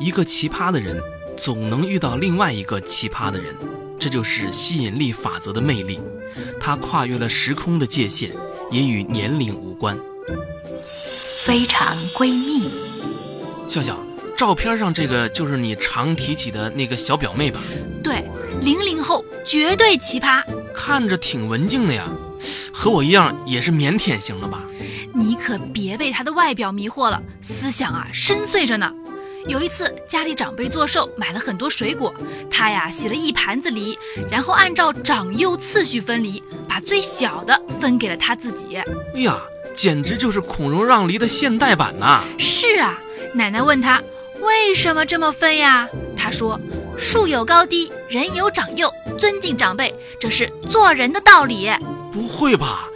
一个奇葩的人总能遇到另外一个奇葩的人，这就是吸引力法则的魅力。它跨越了时空的界限，也与年龄无关。非常闺蜜，笑笑，照片上这个就是你常提起的那个小表妹吧？对，零零后绝对奇葩。看着挺文静的呀，和我一样也是腼腆型的吧？你可别被她的外表迷惑了，思想啊深邃着呢。有一次，家里长辈做寿，买了很多水果，她呀洗了一盘子梨，然后按照长幼次序分梨，把最小的分给了她自己。哎呀，简直就是孔融让梨的现代版呐、是啊，奶奶问她为什么这么分呀？她说：“树有高低，人有长幼，尊敬长辈，这是做人的道理。”不会吧？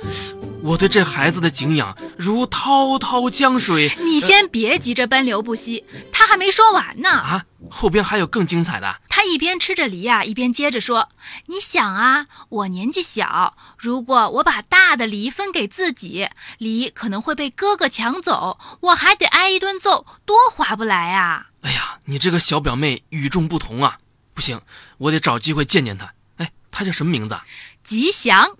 我对这孩子的敬仰如滔滔江水你先别急着奔流不息，他还没说完呢。啊！后边还有更精彩的。他一边吃着梨呀、一边接着说：“你想啊，我年纪小，如果我把大的梨分给自己，梨可能会被哥哥抢走，我还得挨一顿揍，多划不来啊！哎呀，你这个小表妹与众不同啊！不行，我得找机会见见她。哎，她叫什么名字啊？吉祥，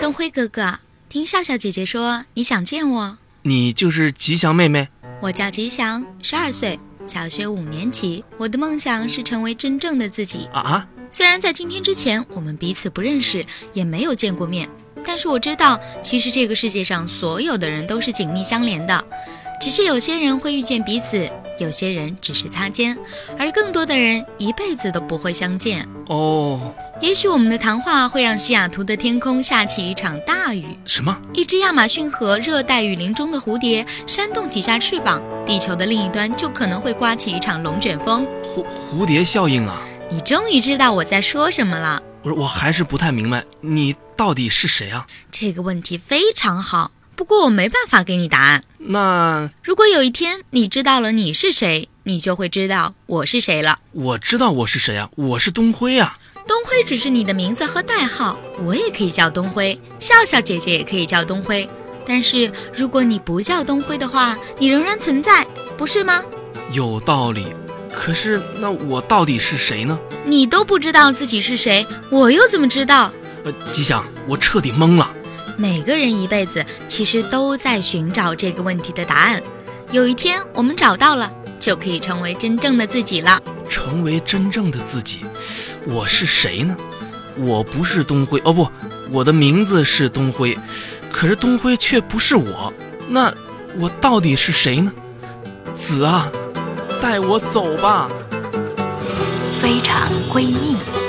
东辉哥哥，听笑笑姐姐说你想见我，你就是吉祥妹妹。我叫吉祥，十二岁，小学五年级。我的梦想是成为真正的自己。啊啊！虽然在今天之前我们彼此不认识，也没有见过面，但是我知道，其实这个世界上所有的人都是紧密相连的，只是有些人会遇见彼此，有些人只是擦肩，而更多的人一辈子都不会相见。哦，也许我们的谈话会让西雅图的天空下起一场大雨。什么？一只亚马逊河热带雨林中的蝴蝶扇动几下翅膀，地球的另一端就可能会刮起一场龙卷风。蝴蝴蝶效应啊？你终于知道我在说什么了。不是，我还是不太明白你到底是谁啊？这个问题非常好，不过我没办法给你答案。那如果有一天你知道了你是谁，你就会知道我是谁了。我知道我是谁啊，我是东辉啊。东辉只是你的名字和代号，我也可以叫东辉，笑笑姐姐也可以叫东辉。但是如果你不叫东辉的话，你仍然存在，不是吗？有道理，可是那我到底是谁呢？你都不知道自己是谁，我又怎么知道？呃，吉祥，我彻底懵了。每个人一辈子其实都在寻找这个问题的答案。有一天我们找到了，就可以成为真正的自己了。成为真正的自己，我是谁呢？我不是东辉，哦不，我的名字是东辉，可是东辉却不是我，那我到底是谁呢？子啊，带我走吧。非常闺蜜。